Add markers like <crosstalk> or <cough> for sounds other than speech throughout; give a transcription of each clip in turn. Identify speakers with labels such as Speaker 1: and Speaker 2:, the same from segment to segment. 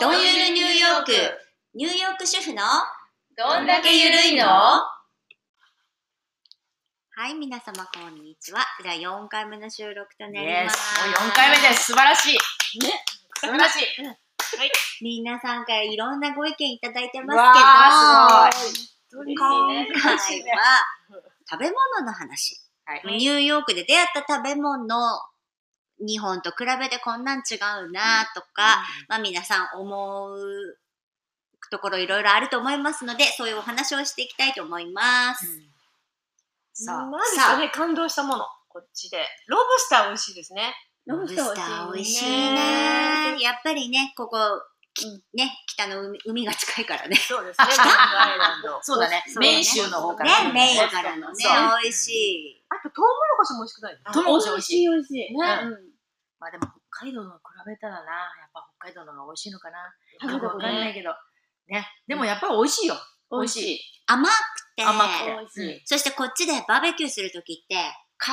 Speaker 1: どんゆるニューヨーク、ニューヨーク主婦の
Speaker 2: どんだけゆるいの
Speaker 1: はい、皆様こんにちは。じゃあ4回目の収録とな
Speaker 2: イエ
Speaker 1: ります。
Speaker 2: スもう4回目です素晴らしいね素晴らしい
Speaker 1: 皆さんからいろんなご意見いただいて
Speaker 2: うわ
Speaker 1: ま
Speaker 2: ー
Speaker 1: す
Speaker 2: すごい
Speaker 1: けど、
Speaker 2: 嬉
Speaker 1: 今回は
Speaker 2: しいね
Speaker 1: 食べ物の話。
Speaker 2: はい
Speaker 1: ニューヨークで出会った食べ物、日本と比べてこんなん違うなとか、まあ皆さん思うところいろいろあると思いますので、そういうお話をしていきたいと思います。さあ
Speaker 3: まずですね、感動したもの。こっちで。ロブスター美味しいですね。
Speaker 1: ロブスター美味しいね。やっぱりね、ここ、きね、北の海海が近
Speaker 2: <laughs>
Speaker 1: いからね。
Speaker 3: そうですね。ロブスターアイランド。
Speaker 2: そうだね
Speaker 1: そうだね
Speaker 2: メイン州の方から
Speaker 1: ね、メインからのね
Speaker 2: そう、
Speaker 1: 美味しい。
Speaker 3: あと、トウモロコシも美味しくないですか
Speaker 2: トウモロコシ美味しい
Speaker 3: 美味しい。ね。
Speaker 2: うん
Speaker 3: うん
Speaker 2: まあでも北海道の比べたらなやっぱ北海道の方が美味しいのかな
Speaker 3: 食べた
Speaker 2: わ
Speaker 3: こと
Speaker 2: かんな
Speaker 3: ないい。
Speaker 2: けどねでもやっぱり美味しいよ美味しい
Speaker 1: 甘くて、
Speaker 2: 甘
Speaker 3: 美
Speaker 2: く
Speaker 3: 味
Speaker 2: て
Speaker 3: し
Speaker 2: うん
Speaker 3: い
Speaker 1: そしてこっちでバーベキューするときって、皮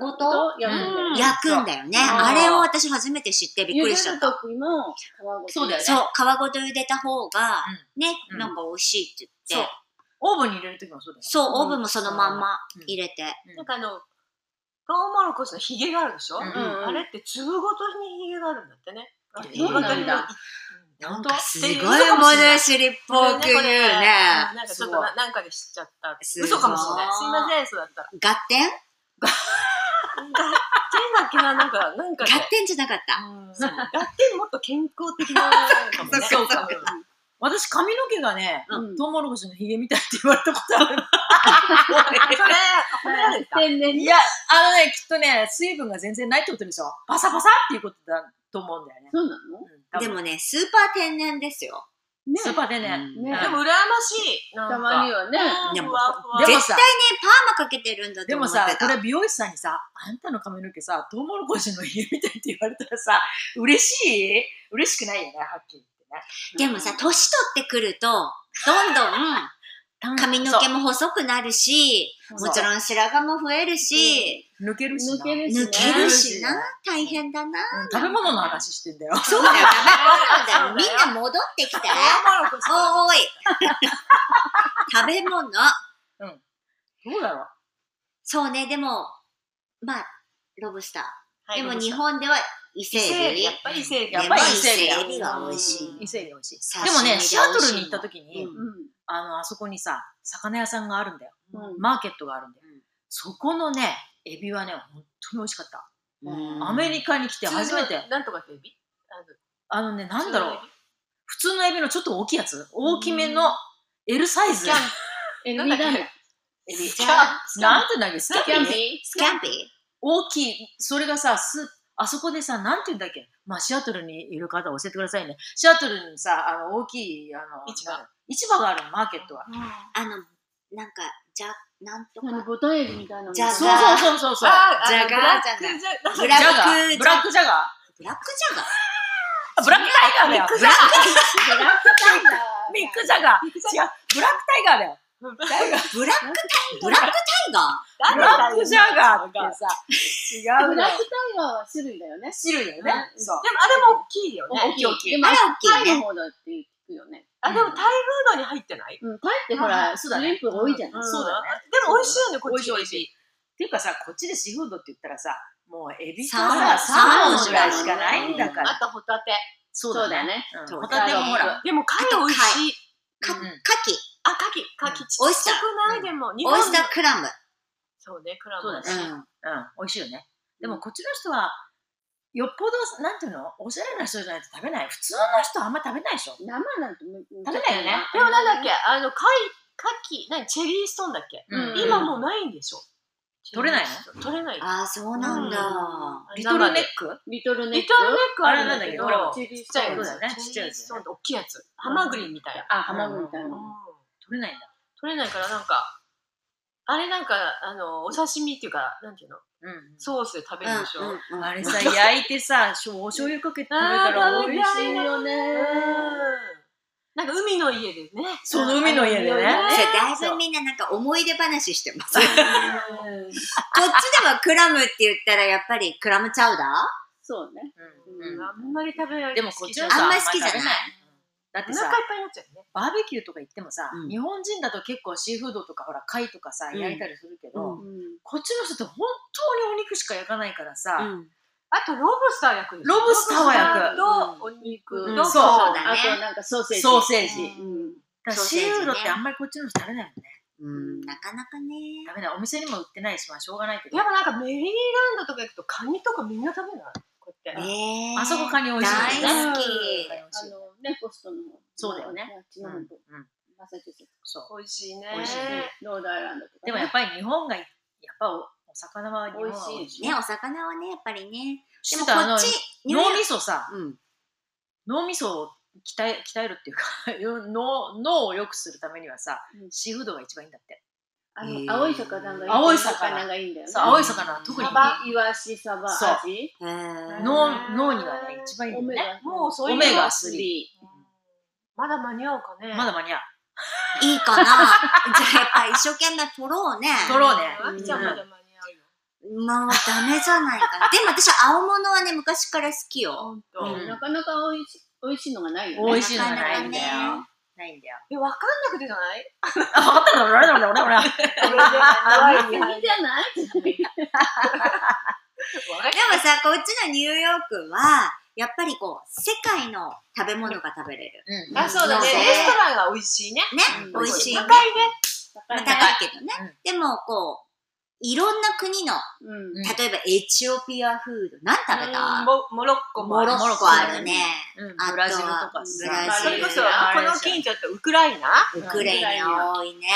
Speaker 1: ごと
Speaker 3: と、やるんだよ
Speaker 2: うん
Speaker 3: ね。
Speaker 1: 焼くんだよね。
Speaker 2: そう
Speaker 1: あれを私初めて知ってびっくりしちゃった。
Speaker 3: 時の卵
Speaker 2: そうだよね
Speaker 1: そう、皮ごと茹でた方が、ね、
Speaker 2: うん
Speaker 1: なんか美味しいって言
Speaker 2: そ
Speaker 1: っ
Speaker 2: う
Speaker 1: て、
Speaker 2: オーブンに入れる時もそうだよね
Speaker 1: そう、オーブンもそのまんま
Speaker 2: うん
Speaker 1: 入れて、
Speaker 3: なんかあの、トウモロコシのヒゲがあるでしょ
Speaker 2: うん
Speaker 3: うんあれって粒ごとにヒゲがあるんだってね。
Speaker 2: うん
Speaker 3: 粒ごと
Speaker 2: な
Speaker 3: に
Speaker 2: んだ
Speaker 1: なん
Speaker 2: 本
Speaker 1: か
Speaker 2: 当
Speaker 1: すごい物知りっぽく言うね。
Speaker 3: なんかちょっとななんかで知っちゃった。
Speaker 1: すごい
Speaker 3: 嘘かもしれない。すいません、そうだったら。
Speaker 2: <laughs>
Speaker 1: 合点
Speaker 3: 手だけな、なんか、なんかで
Speaker 1: 合
Speaker 2: <laughs>
Speaker 1: 点じゃなかった。
Speaker 3: そうやってもっと健康的なかもね。
Speaker 2: そうか私髪の毛がね
Speaker 1: うん
Speaker 2: トウモロコシのヒゲみたいって言われたことある
Speaker 3: それ、褒められた。
Speaker 2: いや、あのね、きっとね、水分が全然ないってことでしょ。パサパサっていうことだと思うんだよね。
Speaker 4: そうなの
Speaker 2: うん多分
Speaker 1: でもね、スーパー天然ですよ。
Speaker 4: ね
Speaker 2: スーパーでね。
Speaker 4: うんね
Speaker 3: でも、羨ましい。
Speaker 4: たまに
Speaker 3: は。
Speaker 4: はね。
Speaker 1: で
Speaker 3: で
Speaker 1: も
Speaker 3: も、ふわふ
Speaker 2: で
Speaker 3: わ
Speaker 2: も
Speaker 1: 絶
Speaker 2: さ
Speaker 1: 対ね、パーマかけてるんだと
Speaker 2: で
Speaker 1: 思
Speaker 2: も
Speaker 1: って
Speaker 2: さ
Speaker 1: た。、
Speaker 2: これ美容師さんにさ、あんたの髪の毛さ、トウモロコシの家みたいって言われたらさ、嬉しい嬉しくないよね、はっきり
Speaker 1: でもさ、年取ってくると、どんど
Speaker 2: 言
Speaker 1: ん
Speaker 2: ってね。
Speaker 1: 髪の毛も細くなるし、
Speaker 2: そう
Speaker 1: もちろん白髪も増えるし、
Speaker 2: 抜けるしな。
Speaker 4: 抜けるしね
Speaker 1: 抜けるしな
Speaker 2: ね、
Speaker 1: 大変だな。
Speaker 2: うん食べ物の話してんだよ。
Speaker 1: そうだよ、ダメだよ。
Speaker 3: そうだ
Speaker 1: み
Speaker 3: よ
Speaker 1: んな戻ってきて。
Speaker 3: トウモロコシ
Speaker 1: おーい。 <laughs> 食べ物。
Speaker 2: どうだろう
Speaker 1: そうね、でも、まあ、ロブスター。でも日本では伊勢
Speaker 3: 伊勢
Speaker 1: エ
Speaker 3: 海
Speaker 1: ビ
Speaker 3: 老やっ。ぱり伊勢海
Speaker 2: や
Speaker 3: 老
Speaker 2: っぱり伊
Speaker 1: 伊
Speaker 2: 勢
Speaker 1: 勢
Speaker 2: 海老
Speaker 1: エビが美味しい。
Speaker 2: 伊勢海老美味しい。
Speaker 1: 刺
Speaker 2: でも
Speaker 1: 身で美
Speaker 2: ね、
Speaker 1: 味しい
Speaker 2: シアトルに行った時に、
Speaker 1: うん
Speaker 4: う
Speaker 2: あの、あそこにさ、魚屋さんがあるんだよ。
Speaker 4: ん。うん。
Speaker 2: マーケットがあるんだよ、
Speaker 1: うん
Speaker 2: そこのねエビはね本当に美味しかった、
Speaker 1: うん
Speaker 2: アメリカに来て初めて
Speaker 3: なんとかってエビ
Speaker 2: あのねなんだろう普通のエビのちょっと大きいやつ大きめの L サイズ
Speaker 3: キャン
Speaker 4: エビ
Speaker 3: な
Speaker 4: だ
Speaker 3: んだっけ
Speaker 4: ね。
Speaker 2: <laughs> エビ
Speaker 1: キャン
Speaker 2: なんて何スキ
Speaker 4: キ
Speaker 2: ャ
Speaker 4: ャ
Speaker 2: ン
Speaker 4: ン
Speaker 2: ピー
Speaker 4: ピ
Speaker 1: スキャンピー
Speaker 2: 大きいそれがさすあそこでさなんて言うんだっけまあシアトルにいる方教えてくださいねシアトルにさあの大きいあの
Speaker 3: 市場
Speaker 2: なんだ市場があるのマーケットは
Speaker 1: あの、なんか、じゃ、なんと
Speaker 4: ー。あの、
Speaker 1: か。
Speaker 4: ボタンエビみたいなの。
Speaker 1: じゃあ
Speaker 2: そう
Speaker 1: あ
Speaker 2: そうそうそうそう
Speaker 3: あ
Speaker 1: ジャガー
Speaker 3: ブラック
Speaker 1: じゃない
Speaker 3: ジャガー
Speaker 1: ブ
Speaker 2: ジ
Speaker 1: ラ
Speaker 2: ャ
Speaker 1: ッ
Speaker 2: ガ
Speaker 1: ク、
Speaker 2: ーブラックジャガー
Speaker 1: ブラックジャガー
Speaker 2: あブラックタイガーだよ
Speaker 1: ブラッ
Speaker 2: ビッグジャガー。違う、ブラックタイガーだよ。
Speaker 1: ク、ブラックタイ、ブラックタイガ
Speaker 2: ブラックジャガーってさ、違う
Speaker 4: ブ
Speaker 2: の
Speaker 4: ラッ
Speaker 2: よ
Speaker 4: ク。タイガーは種類だよね。
Speaker 2: 種類だよね。そう。
Speaker 3: でもあれも大きいよね
Speaker 2: 大きい大きい
Speaker 4: でも
Speaker 1: あれ大きいね
Speaker 4: タイの方だって聞くよね。
Speaker 3: あでも台風のに入ってない
Speaker 4: うん。タイってほ
Speaker 2: う
Speaker 4: ら、
Speaker 2: ん
Speaker 4: スリンプ多いじゃない。
Speaker 3: ん
Speaker 2: そうだよね
Speaker 3: でも美味しいよねこ
Speaker 2: 美
Speaker 3: っ
Speaker 2: 味し
Speaker 3: ち
Speaker 2: い美味しい。
Speaker 3: 美味し
Speaker 2: っていうかさ、こっちでシーフードって言ったらさ、もうエビと
Speaker 1: サーモン
Speaker 2: さ、サーモンぐらいし
Speaker 1: サーモン
Speaker 2: かないんだか
Speaker 3: あ
Speaker 2: ら。
Speaker 3: とホタテ
Speaker 2: そ
Speaker 4: そうだよ。ね。
Speaker 2: うん
Speaker 1: そう
Speaker 2: ホタテもほら。
Speaker 3: でも貝美味し
Speaker 1: ー。
Speaker 3: い
Speaker 2: うん
Speaker 1: か、かき、
Speaker 3: あ牡蠣牡蠣ちっ
Speaker 1: オイス
Speaker 3: ち
Speaker 1: タ
Speaker 3: ゃ
Speaker 1: ー
Speaker 3: くないでも日
Speaker 1: オイ
Speaker 3: 本
Speaker 1: スタークラム。
Speaker 3: そうねクラ
Speaker 2: そう
Speaker 3: ム
Speaker 2: だ
Speaker 1: う
Speaker 2: ね
Speaker 1: ん。
Speaker 2: うん、美味しいよね。でもこっちの人は、よっぽど、なんていうのおしゃれな人じゃないと食べない。普通の人あんま食べないでしょ。食
Speaker 4: 生なんてむ、食
Speaker 2: べないよね。
Speaker 3: でもなんだっけあの貝牡蠣何チェリーストーンだっけ
Speaker 2: うん
Speaker 3: 今もうないんでしょ
Speaker 2: 取れない
Speaker 3: の取れない
Speaker 1: ああ、そうなんだ。
Speaker 2: リトルネッ
Speaker 3: ク
Speaker 2: ク
Speaker 4: リトルネッ
Speaker 3: リ
Speaker 4: ク
Speaker 3: ト。ルネックあるんだ
Speaker 2: あれ
Speaker 3: け
Speaker 2: な
Speaker 3: ど
Speaker 2: んだ
Speaker 4: けど
Speaker 3: ちっちゃいや
Speaker 2: そう
Speaker 3: つ
Speaker 2: だよね
Speaker 3: チェリーストーンって大きいやつハ
Speaker 4: ん
Speaker 3: マグリみたいな
Speaker 4: あ、ハマグみたいな
Speaker 2: う
Speaker 4: の。
Speaker 2: 取れないんだ。
Speaker 3: 取れないからなんかあれなんかあのお刺身っていうかなんていうの
Speaker 2: うん。
Speaker 3: ソースで食べるでしょ、
Speaker 1: うんうんうん
Speaker 2: あれさ、焼いてさ、しょお醤油かけて食べたら美味しいよね。
Speaker 3: うなんか海の家でね。
Speaker 2: その海の家でね
Speaker 1: それだいぶみんななんか思い出話して
Speaker 4: <laughs>
Speaker 1: ます。こっち
Speaker 3: うん
Speaker 1: ではクラムって言ったらやっぱりクラムチャウダー
Speaker 4: そうね。
Speaker 2: うん
Speaker 3: あんまり食べない。
Speaker 2: でもこっち
Speaker 3: は
Speaker 2: は
Speaker 1: あ
Speaker 2: さ
Speaker 1: んまり好きじゃない
Speaker 2: あんまり食べだっ
Speaker 3: お
Speaker 2: て
Speaker 3: 腹い
Speaker 2: さ
Speaker 3: っぱいになっちゃうね。
Speaker 2: バーベキューとか行ってもさ、
Speaker 1: うん
Speaker 2: 日本人だと結構シーフードとかほら貝とかさ
Speaker 1: うん
Speaker 2: 焼いたりするけど、
Speaker 1: う
Speaker 4: うん
Speaker 2: こっちの人って本当にお肉しか焼かないからさ、
Speaker 3: あとロブスター焼くんですよ
Speaker 2: ロブスターは焼く
Speaker 3: ロブスターとお肉
Speaker 4: うん
Speaker 3: と、
Speaker 2: そう
Speaker 1: そうだ
Speaker 4: あ
Speaker 1: ね
Speaker 4: となんかソーセージ。
Speaker 2: ソーセージ、
Speaker 1: う
Speaker 2: だから
Speaker 1: ん
Speaker 4: うん。
Speaker 1: ソーセ
Speaker 2: シー
Speaker 1: ージね
Speaker 2: フードってあんまりこっちの人食べないもんね
Speaker 1: うん、なかなかね。
Speaker 2: 食べないお店にも売ってないしまあしょうがないけど
Speaker 3: やっぱなんかメリーランドとか行くとカニとかみんな食べないこうやって。
Speaker 1: ねえ
Speaker 2: あそこカニ美味しいよね
Speaker 1: 大好き。
Speaker 2: カニ美味し
Speaker 4: あ
Speaker 2: い
Speaker 4: の、ね、コストの方。
Speaker 2: そうだよね。
Speaker 4: あっちの
Speaker 2: う
Speaker 4: 方と、
Speaker 2: んうん
Speaker 4: マサチューセッツ。
Speaker 2: そう
Speaker 3: 美味しいね。
Speaker 2: 美味しい
Speaker 4: ロードアイランドとかね。
Speaker 2: でもやっぱり日本がやっぱおお魚は日本は
Speaker 4: 美味しい
Speaker 1: ね、お魚はね、やっぱりね。
Speaker 2: 知
Speaker 1: で
Speaker 2: っ
Speaker 1: も
Speaker 2: て
Speaker 1: こ
Speaker 2: たあの
Speaker 1: っち、ニューヨー
Speaker 2: 脳みそさ
Speaker 1: クうん。
Speaker 2: 脳みそを鍛え鍛えるっていうか <laughs> よ脳脳を良くするためにはさ
Speaker 4: うん
Speaker 2: シーフードが一番いいんだって、
Speaker 4: あ
Speaker 1: へー
Speaker 4: の、青い魚がいい。
Speaker 2: 青い魚
Speaker 4: がいいんだよね。
Speaker 2: そう青い魚は特に
Speaker 4: サバ、イワシ、サバ、
Speaker 2: そう
Speaker 4: アジ。
Speaker 1: へー
Speaker 2: 脳脳にはね一番いい
Speaker 4: オ
Speaker 2: んだ
Speaker 4: メ
Speaker 2: よね
Speaker 4: ガ。
Speaker 3: もうそういう
Speaker 2: オ
Speaker 3: の
Speaker 2: メガ
Speaker 4: ス
Speaker 2: 3
Speaker 4: リー
Speaker 3: まだ間に合うかね。
Speaker 2: まだ間に合う
Speaker 1: いいか
Speaker 2: <laughs>
Speaker 1: な。じゃあやっぱ一生懸命取ろうね。
Speaker 2: 取ろうね
Speaker 3: あきちゃんまだ間に合うよ。
Speaker 1: まあダメじゃないかな。でも私、青物はね、昔から好きよ。
Speaker 3: 本
Speaker 2: う
Speaker 3: 当。
Speaker 2: ん
Speaker 4: なかなか美味し美味しいのがないよね。
Speaker 2: 美味しいのがないんだよ
Speaker 1: なかなかね
Speaker 2: ないんだよ
Speaker 3: え、わかんなくてじゃない
Speaker 2: あ分かった俺俺俺俺
Speaker 4: 甘す
Speaker 3: 俺 <laughs>
Speaker 4: ぎ
Speaker 3: で
Speaker 4: じゃない
Speaker 1: でもさ、こっちのニューヨークは、やっぱりこう、世界の食べ物が食べれる。
Speaker 2: うん
Speaker 3: あ、そうだね。
Speaker 1: そう
Speaker 3: レストランが美味しいね。
Speaker 1: ね、
Speaker 4: うん
Speaker 1: 美味しい、ね。
Speaker 3: 高
Speaker 1: ま
Speaker 3: い
Speaker 1: あ
Speaker 4: 高
Speaker 3: ね。
Speaker 4: い
Speaker 1: 高
Speaker 4: ね
Speaker 1: いけどね。でも、こう、いろんな国の、
Speaker 4: うん
Speaker 2: うん
Speaker 1: 例えばエチオピアフード、何食べ
Speaker 3: うん
Speaker 1: た
Speaker 3: モモロッコも
Speaker 1: モ
Speaker 3: ある
Speaker 1: ロ
Speaker 3: し
Speaker 1: ッコあるね。
Speaker 2: うん
Speaker 1: あとは
Speaker 2: ブラジルとか
Speaker 1: ブラ
Speaker 2: さ
Speaker 1: ジ
Speaker 3: そ
Speaker 1: ル
Speaker 3: れこそ、この近所ってウクライナ
Speaker 1: ウクレイナ多いね。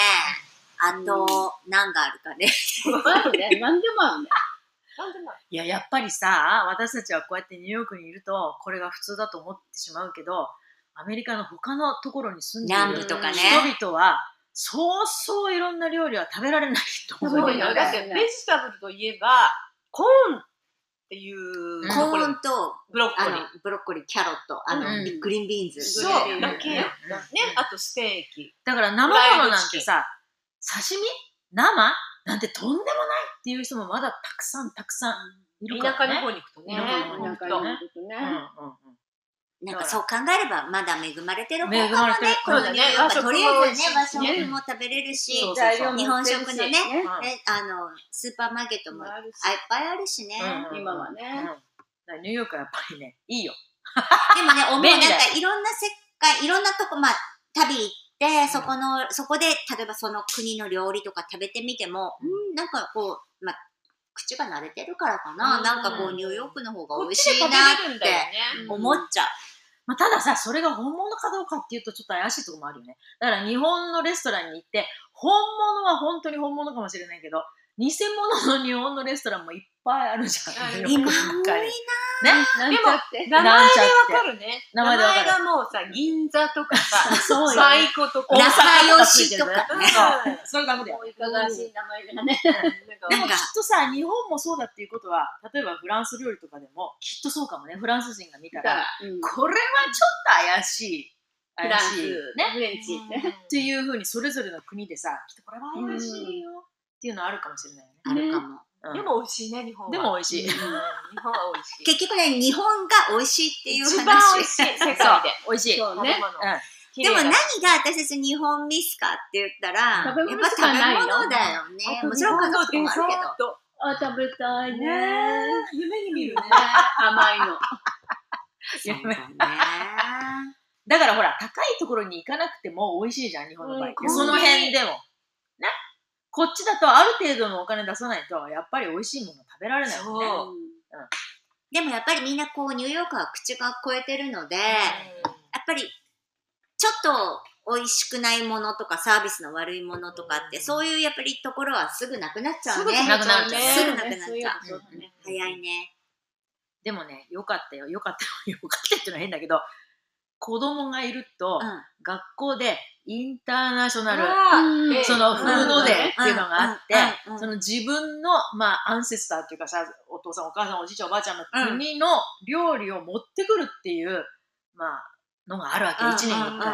Speaker 1: あと、何があるかね。
Speaker 4: あるね。何でもあるね。
Speaker 3: なんでもない
Speaker 2: いややっぱりさ私たちはこうやってニューヨークにいるとこれが普通だと思ってしまうけどアメリカの他のところに住んで
Speaker 1: 南
Speaker 2: い
Speaker 1: 部
Speaker 2: る
Speaker 1: とかね。
Speaker 2: 人々はそうそういろんな料理は食べられないと
Speaker 3: す
Speaker 2: 思う
Speaker 3: ごい
Speaker 2: よね
Speaker 3: よ。だってベジタブルといえば、コーンっていうと
Speaker 1: コ
Speaker 3: こ
Speaker 1: ー
Speaker 3: ろ
Speaker 1: ンと、
Speaker 3: ブロッ
Speaker 1: あ
Speaker 3: コリ
Speaker 1: の
Speaker 3: ー。、
Speaker 1: ブロッコリー、キャロット、あの、
Speaker 2: うん
Speaker 1: グリーンビーンズ。
Speaker 3: そう
Speaker 4: グレー、
Speaker 3: だけ。
Speaker 2: うん
Speaker 3: ね、あとステーキ。
Speaker 2: だから生ものなんてさ刺身生なんてとんでもないっていう人もまだたくさんたくさんいるか
Speaker 3: 田舎
Speaker 2: らね
Speaker 3: の方に行くとね。
Speaker 2: 田舎の方
Speaker 4: なん
Speaker 2: に
Speaker 4: か
Speaker 3: ほん
Speaker 4: い
Speaker 3: と
Speaker 4: いこと
Speaker 2: うん
Speaker 4: ね。
Speaker 1: なんかそう考えればまだ恵まれてる方
Speaker 2: 恵ま
Speaker 1: かも
Speaker 2: れ
Speaker 1: ね
Speaker 2: てる、
Speaker 1: このニューヨークはと
Speaker 3: そうだ
Speaker 1: り
Speaker 3: ね
Speaker 1: あえずね、和食
Speaker 3: 和食も美味しいしね
Speaker 1: も食べれるし、
Speaker 2: そう
Speaker 4: 材料も
Speaker 1: 日本食のね
Speaker 2: うんうん
Speaker 1: えあの、スーパーマーケットもいっ
Speaker 4: あるし
Speaker 1: ぱいあるしね。
Speaker 2: うん
Speaker 4: 今
Speaker 2: うん
Speaker 4: は
Speaker 2: うん
Speaker 4: ね。
Speaker 2: だからニューヨークはやっぱりねいいよ
Speaker 1: <laughs> でもね、思う、な
Speaker 2: 便
Speaker 1: ん
Speaker 2: 利だよ
Speaker 1: かいろんな世界、いろんなとこ、まあ、旅行って、そこの、そこで、例えばその国の料理とか食べてみても、うん、なんかこう、まあ、口が慣れてるからかな、
Speaker 3: うん
Speaker 1: なんかこう、ニューヨークの方が
Speaker 3: こ
Speaker 1: 美
Speaker 3: っ
Speaker 1: 味
Speaker 3: ちで
Speaker 1: しいなっ
Speaker 3: 食べれるんだよね
Speaker 1: て。思っちゃう。
Speaker 2: まあ、たださ、それが本物かどうかっていうとちょっと怪しいところもあるよね。だから日本のレストランに行って、本物は本当に本物かもしれないけど、偽物の日本のレストランもいっぱいあるじゃん。
Speaker 3: うん
Speaker 2: 世
Speaker 1: 今
Speaker 2: の
Speaker 1: 多
Speaker 2: 中に
Speaker 1: い
Speaker 4: なんちゃって。
Speaker 3: 名前でわかるね。
Speaker 2: 名
Speaker 3: 名
Speaker 2: 前
Speaker 3: 前
Speaker 2: でわかる
Speaker 3: がもうさ、銀座とかさ、
Speaker 2: そうよ
Speaker 3: 最高とか。
Speaker 1: 仲
Speaker 2: 大阪
Speaker 1: 良
Speaker 2: つい
Speaker 1: してと
Speaker 2: る
Speaker 1: か
Speaker 2: ね
Speaker 1: ね。
Speaker 2: そうそれダメだよ。
Speaker 4: もういかがわしい名前がね。
Speaker 2: で
Speaker 3: で
Speaker 2: も
Speaker 3: も
Speaker 2: きっとさ、日本もそうだっていうことは、例えばフランス料理とかでも、きっとそうかもね、フランス人が見たら、
Speaker 4: うん
Speaker 2: これはちょっと怪しい。
Speaker 4: フ
Speaker 2: 怪
Speaker 4: ラン
Speaker 2: し
Speaker 4: ス
Speaker 2: い。、ね。
Speaker 4: フレンチね。
Speaker 2: っていうふうに、それぞれの国でさ、きっとこれは怪しいよ。っていうのあるかもしれないよね。
Speaker 1: あるかも。
Speaker 2: うん
Speaker 3: でも美味しいね、日本は。
Speaker 2: でも美味しい
Speaker 3: うん日本は美味しい。
Speaker 1: 結局ね、日本が美味しいっていう話。
Speaker 3: 一番美味しい、世界で。
Speaker 2: 美味しい。
Speaker 4: そうね。
Speaker 1: でも何が私たち日本ミスかって言ったら、やっぱ
Speaker 4: 食べ
Speaker 1: 食べ
Speaker 4: 物しかないの
Speaker 1: 物だよね。もちろん家族ともあるけど。
Speaker 3: ど。
Speaker 4: あ、食べたいね。
Speaker 3: 夢に見るね。
Speaker 4: <laughs> 甘いの。
Speaker 2: そうだね
Speaker 1: ね。
Speaker 2: だからほら、高いところに行かなくても美味しいじゃん、日本の場合って。
Speaker 3: うん
Speaker 2: その辺でも。ね。こっちだとある程度のお金出さないと、やっぱり美味しいもの食べられないもんね。
Speaker 3: そう
Speaker 1: でもやっぱりみんなこうニューヨークは口が超えてるので、やっぱりちょっと美味しくないものとかサービスの悪いものとかって、そういうやっぱりところはすぐなくなっちゃうね。
Speaker 3: すぐ
Speaker 2: なくなっちゃうね
Speaker 1: すぐなくなっちゃう。
Speaker 4: そういうことね
Speaker 1: 早いね。
Speaker 2: でもね、よかったよ、よかったよ、よかったよってのは変だけど、子供がいると、
Speaker 1: うん。
Speaker 2: 学校でインターナショナル、
Speaker 4: うん
Speaker 3: で
Speaker 2: そのフードデーっていうのがあって
Speaker 1: うんうんうんうん、
Speaker 2: その自分の、まあ、アンセスターっていうかさ、お父さん、お母さん、おじいちゃん、おばあちゃんの国の料理を持ってくるっていう、まあ、のがあるわけ、
Speaker 1: うん
Speaker 2: 1年に
Speaker 1: う
Speaker 2: 1
Speaker 1: ん
Speaker 2: 回。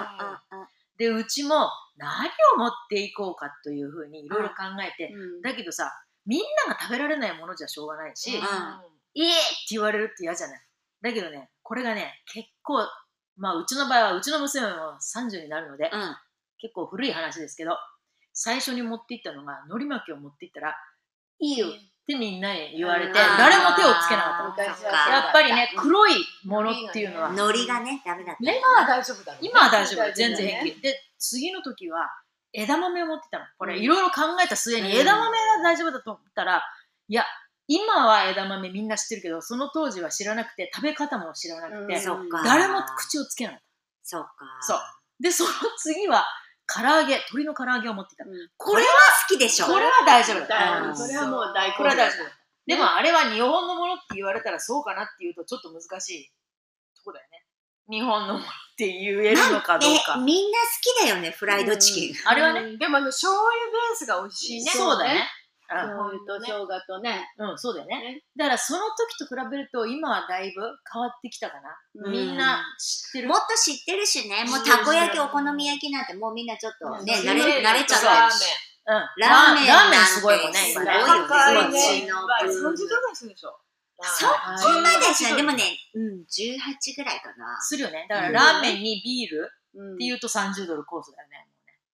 Speaker 2: で、うちも何を持っていこうかというふうにいろいろ考えて、
Speaker 1: うんうん
Speaker 2: だけどさ、みんなが食べられないものじゃしょうがないし、
Speaker 1: うん
Speaker 2: ええって言われるって嫌じゃない。だけどね、これがね、結構、まあうちの場合は、うちの娘も30になるので、
Speaker 1: うん
Speaker 2: 結構古い話ですけど、最初に持っていったのが、海苔巻きを持っていったら、いいよ、手にない言われて、
Speaker 1: うん
Speaker 2: 誰も手をつけなかっ
Speaker 1: あー
Speaker 4: 昔
Speaker 1: そっ
Speaker 2: た。
Speaker 1: か
Speaker 2: やっぱりね、
Speaker 4: うん
Speaker 2: 黒いものっていうのは、
Speaker 3: う
Speaker 1: ノリがね、ダメだった。
Speaker 3: 今は大丈夫だろうね。
Speaker 2: 今は大丈夫
Speaker 4: 大丈夫だ
Speaker 2: 全
Speaker 4: ね
Speaker 2: 然平気で次の時は枝豆を持ってたのこ
Speaker 1: う
Speaker 2: れ
Speaker 1: ん
Speaker 2: いろいろ考えた末に
Speaker 1: うん
Speaker 2: 枝豆が大丈夫だと思ったらいや今は枝豆みんな知ってるけどその当時は知らなくて食べ方も知らなくて、
Speaker 4: うん
Speaker 1: そっか。
Speaker 2: 誰も口をつけなかった
Speaker 1: そうか。
Speaker 2: そうでその次は唐揚げ鶏の唐揚げを持ってたの
Speaker 1: うん
Speaker 2: これは
Speaker 1: 好きでしょ。
Speaker 2: これは大丈夫だ
Speaker 1: う
Speaker 4: だ
Speaker 1: ん
Speaker 4: それはもう大
Speaker 2: こ
Speaker 4: 好
Speaker 2: れ
Speaker 4: 物
Speaker 2: は大丈夫でもあれは日本のものって言われたらそうかなっていうとちょっと難しいとこだよね日本のものって言えるのかどうか
Speaker 1: ねみんな好きだよね、フライドチキン。
Speaker 2: あれはね
Speaker 3: でもあの醤油ベースが美味しいね。
Speaker 2: そうだね。
Speaker 4: 醤油と生姜とね
Speaker 2: うん、そうだよね
Speaker 4: ね。
Speaker 2: だからその時と比べると今はだいぶ変わってきたかな。
Speaker 1: うん
Speaker 2: みんな知ってる。
Speaker 1: もっと知ってるしね、もうたこ焼き、お好み焼きなんてもうみんなちょっとね、
Speaker 4: うん
Speaker 1: 慣れ慣れちゃって
Speaker 3: ラー
Speaker 1: る
Speaker 3: メ
Speaker 1: し。
Speaker 2: うん、
Speaker 1: ラーメン
Speaker 2: ラーメン
Speaker 1: なんて
Speaker 2: すごいもんね、
Speaker 1: す
Speaker 2: 今
Speaker 1: ごい
Speaker 2: ね。
Speaker 1: よね
Speaker 3: 高いね。
Speaker 1: うちの
Speaker 3: まあ30ドルぐらいするでしょ。
Speaker 1: そ
Speaker 3: ラ
Speaker 1: こ
Speaker 3: ー
Speaker 1: こ
Speaker 3: メン
Speaker 1: までしない。でもね、うん、18ぐらいかな。
Speaker 2: するよね。だから
Speaker 1: うん
Speaker 2: ラーメンにビール
Speaker 4: うん
Speaker 2: っていうと30ドルコースだよね。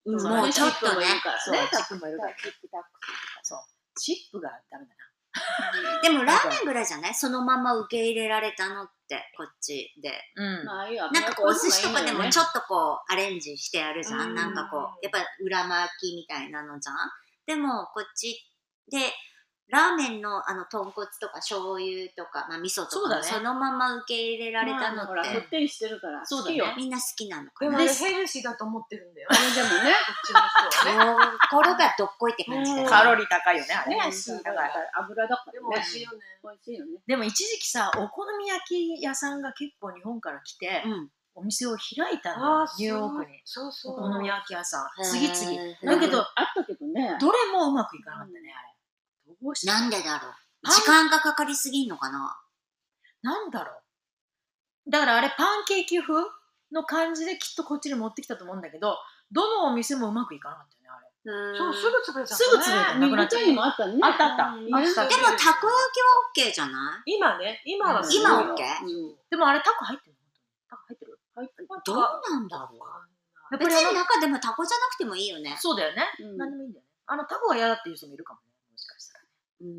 Speaker 1: うん
Speaker 2: そう
Speaker 1: もうちょっとね。
Speaker 2: そ
Speaker 4: そうう
Speaker 2: ね
Speaker 4: ね、
Speaker 2: チップもいるから
Speaker 4: チップタック
Speaker 2: そう。チップがダメだな。
Speaker 1: でもラーメンぐらいじゃないそのまま受け入れられたのって、こっちで。
Speaker 2: うん。
Speaker 4: まあああいう
Speaker 1: なんかお寿司とかでもちょ
Speaker 4: っ
Speaker 1: っとこうアレンジしてあるじゃ
Speaker 3: うん
Speaker 1: ん。なんかこう、やっぱ裏巻きみたいなのじゃん。でもこっちで、ラーメンのあの豚骨とか醤油とか、まあ、味噌と
Speaker 2: そうだ
Speaker 1: か
Speaker 2: ね
Speaker 1: そのまま受け入れられたの
Speaker 4: ほ
Speaker 1: っ
Speaker 4: ら
Speaker 1: て、
Speaker 4: こってりしてるから
Speaker 2: そうだ
Speaker 4: 好
Speaker 2: ね
Speaker 4: きよ
Speaker 2: ま
Speaker 1: みんな好きなのか
Speaker 3: でも
Speaker 1: な。
Speaker 3: あれ
Speaker 1: で
Speaker 3: ヘルシーだと思ってるんだよ。
Speaker 4: あれでもね
Speaker 3: こっちの人は
Speaker 1: <laughs>
Speaker 3: ね。
Speaker 1: これがどっこいって感じだ
Speaker 3: うん
Speaker 1: よ
Speaker 2: カロリー高いよね、あれ。
Speaker 4: ね
Speaker 2: だか
Speaker 4: だからら油だから
Speaker 3: でも美
Speaker 4: ね
Speaker 3: 味しいよね。
Speaker 4: 美味しいよね
Speaker 2: でも一時期さ、お好み焼き屋さんが結構日本から来て、
Speaker 1: うん
Speaker 2: お店を開いたのよ、ニューヨークに。
Speaker 3: そうそう。
Speaker 2: お好み焼き屋さん、次々。
Speaker 1: へー
Speaker 2: だけど
Speaker 4: うんあったけどね
Speaker 2: どれもうまくいかなかったね、あれ。どうして
Speaker 1: なん
Speaker 2: で
Speaker 1: でだろう
Speaker 2: パン
Speaker 1: 時間がかかりすぎんのかな
Speaker 2: なんだろうだからあれパンケーキ風の感じできっとこっちに持ってきたと思うんだけど、どのお店もうまくいかなかったよね、あれ。
Speaker 3: そう、すぐ潰れちゃう。
Speaker 2: すぐ潰れた
Speaker 4: 右手にもあったね
Speaker 2: あったあった。
Speaker 3: うん
Speaker 2: あった
Speaker 1: でもたこ焼きは OK じゃない
Speaker 3: 今ね、今は
Speaker 2: うん
Speaker 3: すごいよ
Speaker 1: 今 OK？
Speaker 3: うん
Speaker 2: でもあれタコ入ってるタコ入ってる
Speaker 1: どうなんだろう
Speaker 2: やっぱ
Speaker 1: 別
Speaker 2: りあ
Speaker 1: に
Speaker 2: の、
Speaker 1: 中でもタコじゃなくてもいいよね。
Speaker 2: そうだよね。
Speaker 4: うん
Speaker 2: なんでもいいんだよね。あのタコが嫌だっていう人もいるかもね、もしかしたら。
Speaker 1: うん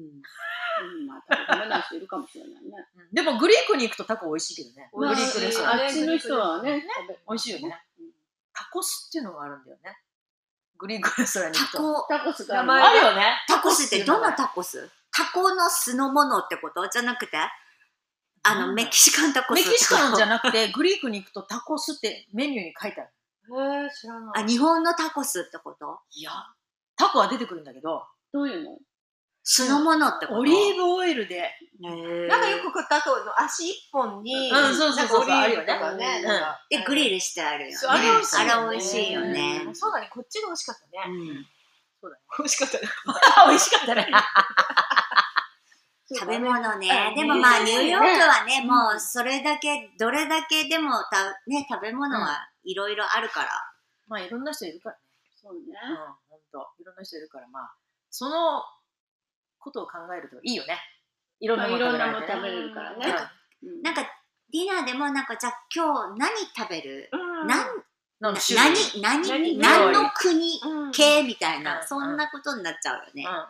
Speaker 4: うんまあ食べない人いるかもしれないね
Speaker 2: うんでもグリークに行くとタコ美味しいけどね。
Speaker 3: 美
Speaker 4: ま
Speaker 2: グ
Speaker 4: ああ
Speaker 2: リークレストラン
Speaker 3: ね
Speaker 4: っちの人はね
Speaker 2: 美味しいよね
Speaker 4: うん。
Speaker 2: タコスっていうのがあるんだよね。グリークレストランに行
Speaker 1: タ
Speaker 2: くと。
Speaker 1: コ、
Speaker 4: タコスが
Speaker 3: 名前
Speaker 2: あるよね。
Speaker 1: タコスってどん
Speaker 2: コ
Speaker 1: な
Speaker 2: ス
Speaker 1: タコスタコの酢の物ってことじゃなくてあ
Speaker 2: なんだ
Speaker 1: の、メキシカンタコス
Speaker 2: メ
Speaker 1: ってこと。
Speaker 2: キシカンじゃなくて、グリークに行くとタコスってメニューに書いてある。
Speaker 3: へえ、知らな
Speaker 1: あ、
Speaker 3: い。
Speaker 1: 日本のタコスってこと
Speaker 2: いや、タコは出てくるんだけど、
Speaker 4: どういうの
Speaker 1: 酢の物ってこと
Speaker 2: オリーブオイルで、
Speaker 1: ブ
Speaker 3: なんかよく食った後の足一本に、
Speaker 2: うんそうそうそうそう
Speaker 3: なんかオリーブとかね
Speaker 1: う。ん
Speaker 3: なんか
Speaker 1: で、グリルしてあるよね。
Speaker 3: そうあれ美味しいよね
Speaker 1: あれ美味しいよね。
Speaker 2: うん
Speaker 3: そうだね、こっちが美味しかったね。美味しかったね。
Speaker 2: <laughs> 美味しかったね。
Speaker 1: 食べ物ね
Speaker 4: う。ん
Speaker 1: でもまあ、
Speaker 4: うん
Speaker 1: ニューヨークはね、もうそれだけ、どれだけでもた、ね、食べ物はいろいろあるから。
Speaker 2: まあ、いろんな人いるからね。
Speaker 4: そうね
Speaker 2: うん、ほんと。いろんな人いるから、まあ、そのことを考えるといいよね。いろん
Speaker 4: ま
Speaker 2: なも
Speaker 4: あい
Speaker 2: の食べ
Speaker 4: ろんな
Speaker 2: ら
Speaker 4: も
Speaker 2: れ
Speaker 4: の
Speaker 2: て
Speaker 4: 食
Speaker 2: ね。
Speaker 4: べれるから
Speaker 2: うん
Speaker 4: ねうん
Speaker 1: なんか、ディナーでもなんか、じゃあ今日何食べるなん
Speaker 2: の
Speaker 1: な
Speaker 2: 種類
Speaker 1: 何何何
Speaker 3: 何
Speaker 1: の国
Speaker 3: うん
Speaker 1: 系みたいな、
Speaker 2: うん
Speaker 1: そんなことになっちゃうよね
Speaker 2: うん、うんうん。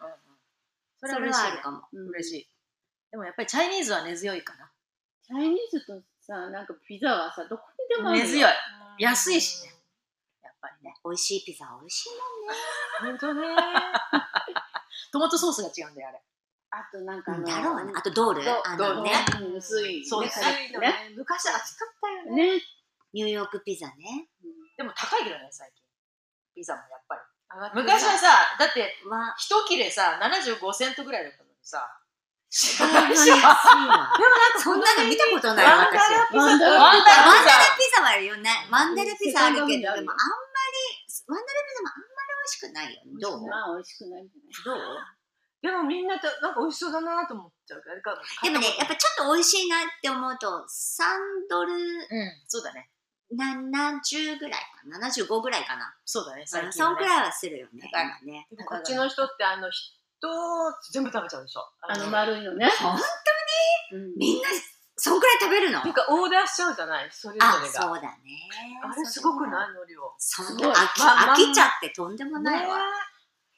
Speaker 2: それ
Speaker 1: そ
Speaker 2: は嬉しいね、
Speaker 1: れはあるかも、
Speaker 4: うん
Speaker 2: 嬉しい。でもやっぱりチャイニーズは根強いか
Speaker 4: チャイニーズとさなんかピザはさどこにで
Speaker 2: な。
Speaker 4: もある
Speaker 2: 根強
Speaker 4: よ
Speaker 2: い。安いしね。やっぱりね。
Speaker 1: 美味しいピザは美味しい
Speaker 3: 本当ね。
Speaker 2: トマトソースが違うんだよ、あれ。
Speaker 4: あとなんかあ
Speaker 1: もん
Speaker 4: の
Speaker 1: だろうねあとドール
Speaker 4: ド
Speaker 1: あ
Speaker 4: ドー
Speaker 1: の
Speaker 4: ル
Speaker 1: ね
Speaker 4: ねうん薄いね
Speaker 3: そうね
Speaker 4: カレー
Speaker 3: 薄いのね。昔暑かったよね。
Speaker 4: ね
Speaker 1: ニューヨークピザね
Speaker 2: でも高いけどね、最近。ピザもやっぱり。
Speaker 3: 上がってる
Speaker 2: 昔はさ、だって、
Speaker 1: は
Speaker 2: 一切れさ、75セントぐらいだったのにさ。知ら <laughs> ないでしょワン
Speaker 1: そ
Speaker 3: でもなんか
Speaker 1: んなの見たことない
Speaker 3: ワン
Speaker 1: 私
Speaker 3: ダラピ
Speaker 4: ワンダ
Speaker 3: ザ
Speaker 4: ラ
Speaker 2: ダラピ
Speaker 1: ワンダラ
Speaker 2: ザ。
Speaker 1: ピザはあるよねワンダラピザあるけど
Speaker 4: 世界
Speaker 1: でも
Speaker 4: 中
Speaker 1: あんま
Speaker 4: である
Speaker 1: り
Speaker 4: よ
Speaker 1: ワンダラピザもあんまり美味しくないよねどう
Speaker 4: まあ美味しくないんじゃない
Speaker 1: どう
Speaker 3: でもみんなとなんか美味しそうだなと思っちゃうから。なんか
Speaker 1: でもねやっぱちょっと美味しいなって思うと3ドル
Speaker 2: うん、そうだね。
Speaker 1: な70ぐらいかな75ぐらいかな、
Speaker 2: そうだね、最
Speaker 1: うん
Speaker 2: 近
Speaker 1: そ
Speaker 2: は
Speaker 1: ん
Speaker 2: ね
Speaker 1: くらいはするよね、
Speaker 3: はい
Speaker 1: 今ね
Speaker 3: でもこっちの人ってあの人全部食べちゃうでしょ
Speaker 4: あの
Speaker 3: ま
Speaker 4: 丸いのね。
Speaker 1: 本
Speaker 4: 当に
Speaker 1: みんなそんくらい食べるの
Speaker 3: ていうかオーダーしちゃうじゃないそれぞれが
Speaker 1: あそうだね
Speaker 3: あれすごくないいの量
Speaker 1: そん
Speaker 4: す
Speaker 1: な
Speaker 4: ごい
Speaker 1: 飽き,、
Speaker 3: ままん
Speaker 1: 飽きちゃってとんでもないわ、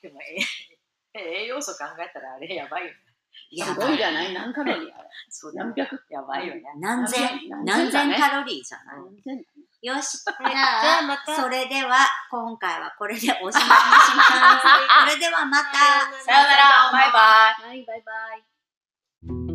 Speaker 2: でもえ <laughs> 栄養素考えたらあれやばいよね。
Speaker 1: や
Speaker 4: すごいじゃない何カロリーあれ。
Speaker 2: そう
Speaker 4: 何百
Speaker 2: やばいよね。
Speaker 1: 何千何
Speaker 4: 何千だね
Speaker 1: 千カロリーじゃない、
Speaker 4: 何千だね
Speaker 1: よし、じ
Speaker 3: はい
Speaker 1: ゃ
Speaker 3: じゃあま
Speaker 1: あ、
Speaker 3: た
Speaker 1: それでは、今回はこれでおしまいにします。それではまた。
Speaker 3: さようならバイバイ
Speaker 4: はい、バイバイ。